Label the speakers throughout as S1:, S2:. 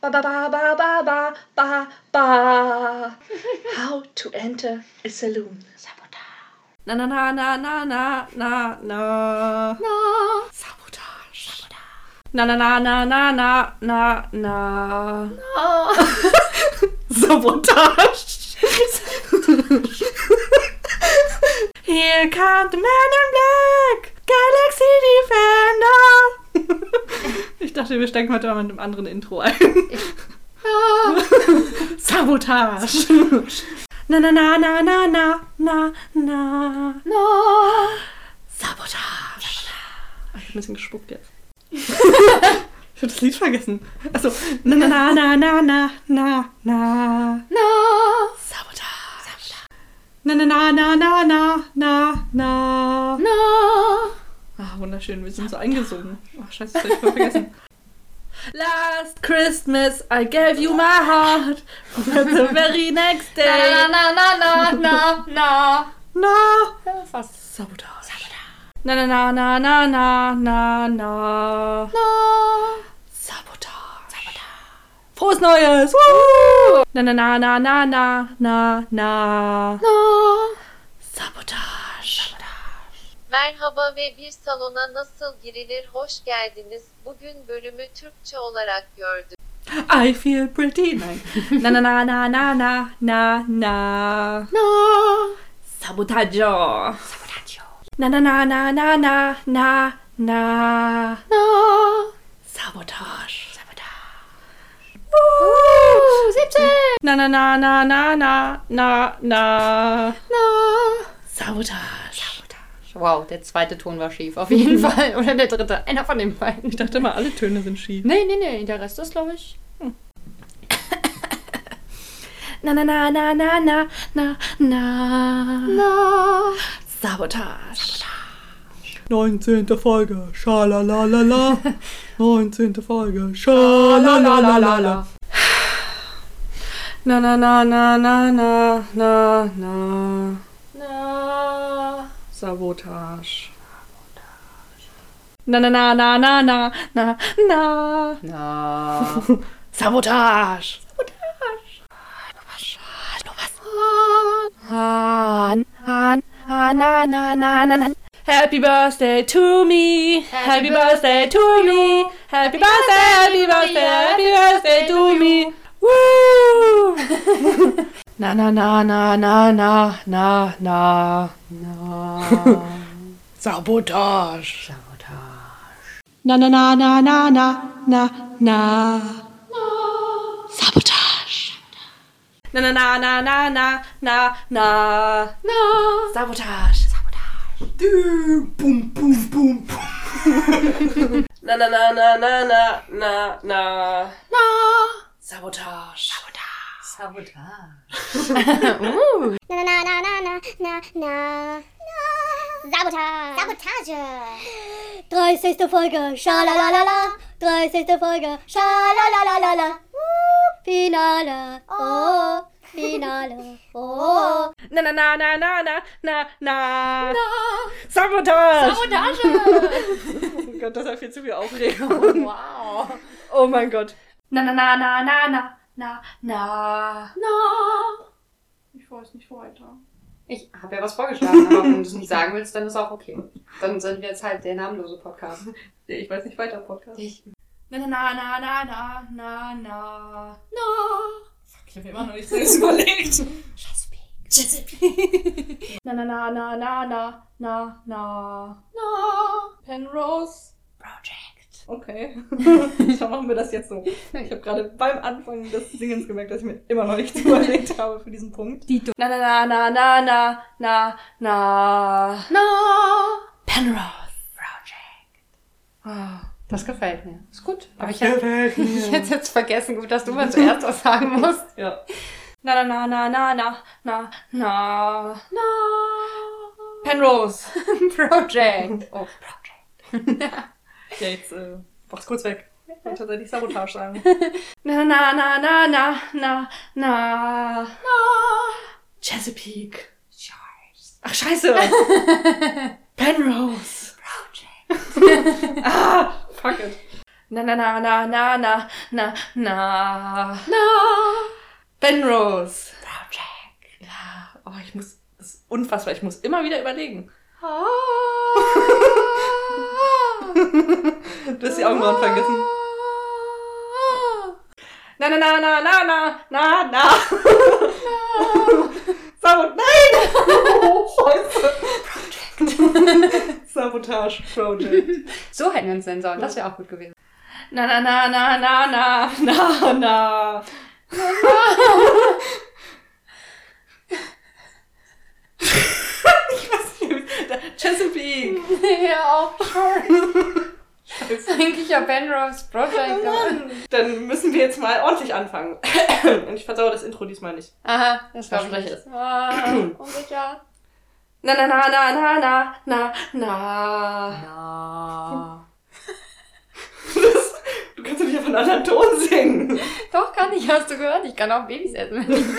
S1: ba ba ba ba ba ba ba ba. How to enter a saloon.
S2: Na na na na na na na na.
S3: Na,
S2: Sabotage. Na na na na na na na na.
S3: na.
S2: Sabotage. Here come the man in black. Galaxy Defender. Ich dachte, wir steigen heute mal mit einem anderen Intro ein. Sabotage. Na na na na na na na na.
S3: Na.
S2: Sabotage. Ah, Ich hab ein bisschen gespuckt jetzt. ich hab das Lied vergessen. Also na na na na na na na na.
S3: Na.
S2: Sabotage. Na na na na na na na na.
S3: Na.
S2: Ah, wunderschön, wir sind so eingesungen. Oh, scheiße, das hab ich voll vergessen. Last Christmas I gave you my heart, but the very next
S3: Na,
S2: day.
S3: na, na, na, na, na.
S2: Na.
S3: Ja, fast.
S2: Sabotage. Na na na na na na na na.
S3: Na.
S2: Sabotage. Frohes Neues! Woo! Na na na na na na na na.
S3: Na.
S2: Sabotage.
S4: Merhaba ve bir salona nasıl girilir hoş geldiniz. Bugün bölümü Türkçe olarak gördük.
S2: I feel pretty. Nein. Na na na na na na na na.
S3: Na.
S2: Sabotage. Na na na na na na na na.
S3: Na.
S2: Sabotage. Sabotage.
S3: Uh, 17.
S2: Na na na na na na na na.
S3: Na.
S2: Sabotage.
S3: Wow, der zweite Ton war schief, auf jeden Fall. Oder der dritte. Einer von den beiden.
S2: Ich dachte immer, alle Töne sind schief.
S3: Nee, nee, nee. Der Rest ist, glaube ich.
S2: Na na na na na na na na.
S3: Na.
S2: Sabotage.
S5: 19. Folge, schalalalala. 19. Folge, schalalalala.
S2: Na na na na na na na na.
S3: Na.
S2: Sabotage. Na na na na na na na na.
S3: Na.
S2: Sabotage. Han, han, han, na, na, na, na, na. Happy birthday to me. Happy birthday to me. Happy birthday, happy birthday, happy birthday to me. Woo! na na na na na na na na. Sabotage. Na na na na na na na na. Sabotage. Na na na na na na na na.
S3: Na.
S2: Sabotage. Sabotage. Bum, bum, bum, bum. na, na, na, na, na, na, na, na.
S3: Na.
S2: Sabotage. Sabotage.
S6: Na na na na na na na. Sabotage. Sabotage. 30. Folge, schalalala. 30. Folge, schalalalala. Finale, oh, Finale, oh.
S2: Na, na, na, na, na, na, na, na. Sabotage.
S3: Sabotage!
S2: oh Gott, das war viel zu viel Aufregung.
S3: wow.
S2: Oh mein Gott. Na, na, na, na, na, na, na, na.
S3: Na.
S2: Ich weiß nicht weiter.
S3: Ich habe ja was vorgeschlagen, aber wenn du es nicht sagen willst, dann ist auch okay. Dann sind wir jetzt halt der namenlose Podcast.
S2: Nee, ich weiß nicht weiter, Podcast.
S3: Ich.
S2: Na, na, na, na, na, na, na, na.
S3: Na.
S2: Na, na, na, na, na, na, na, na.
S3: Na.
S2: Penrose Project. Okay. Dann machen wir das jetzt so. Ich habe gerade beim Anfang des Singens gemerkt, dass ich mir immer noch nichts überlegt habe für diesen Punkt. Dito. Na na na na na na na na.
S3: Na.
S2: Penrose Project. Ah.
S3: Das gefällt mir. Ist gut. Aber ich hätte
S5: Gefällt
S3: ich
S5: mir.
S3: hätte jetzt vergessen, gut, dass du mal zuerst was sagen musst.
S2: Ja. Na na na na na na na na. Penrose.
S3: Project. Oh,
S2: Ja, jetzt äh, mach's kurz weg. Ich wollte tatsächlich Sabotage sagen. na na na na na na na. Na. Chesapeake. Ach scheiße. Penrose. Project. ah, fuck it. Na na na na na na na na. Na. Penrose. Project. Ja, oh, ich muss, das ist unfassbar, ich muss immer wieder überlegen. du hast die Augenbrauen vergessen. Na na na na na na na na. Sau, nein! Oh,
S5: Sabotage Project.
S3: So hätten wir uns nennen sollen. Das wäre auch gut gewesen.
S2: Na na na na na na na na. ich weiß nicht. da- Chesapeake.
S3: ja, auch schon. Eigentlich ja Penrose Project. aber-
S5: Dann müssen wir jetzt mal ordentlich anfangen. Und ich versau das Intro diesmal nicht.
S3: Aha, das war
S5: Verspreche
S3: schlecht. Ah, unsicher.
S2: Na na na na na na na na.
S3: Na.
S5: Das, du kannst doch nicht auf einen anderen Ton singen.
S3: Doch, kann ich. Hast du gehört? Ich kann auch Babys essen.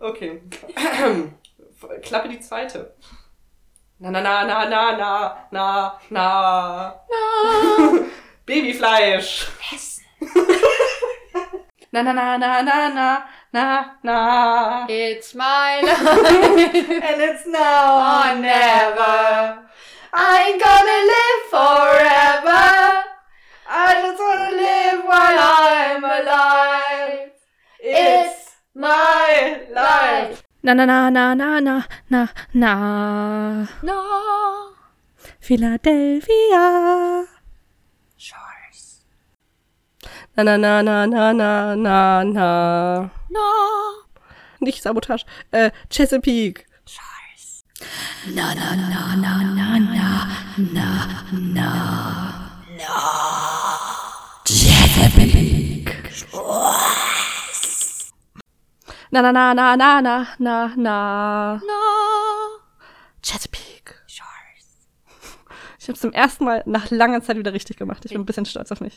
S5: Okay. Klappe die zweite. Na na na na na na na na. Babyfleisch.
S2: Na na na na na na na na.
S3: It's my life
S5: And it's now
S3: or never. I'm gonna live forever.
S5: I just wanna live
S3: While I'm alive. It's
S5: my
S3: life.
S2: Na na na na na na na na.
S3: No.
S2: Philadelphia.
S5: Na na na na na na na na. Nicht Sabotage. Äh, Chesapeake.
S2: Na na na na na na na na. No. Chesapeake. Shores.
S5: Ich habe es zum ersten Mal nach langer Zeit wieder richtig gemacht. Ich bin ein bisschen stolz auf mich.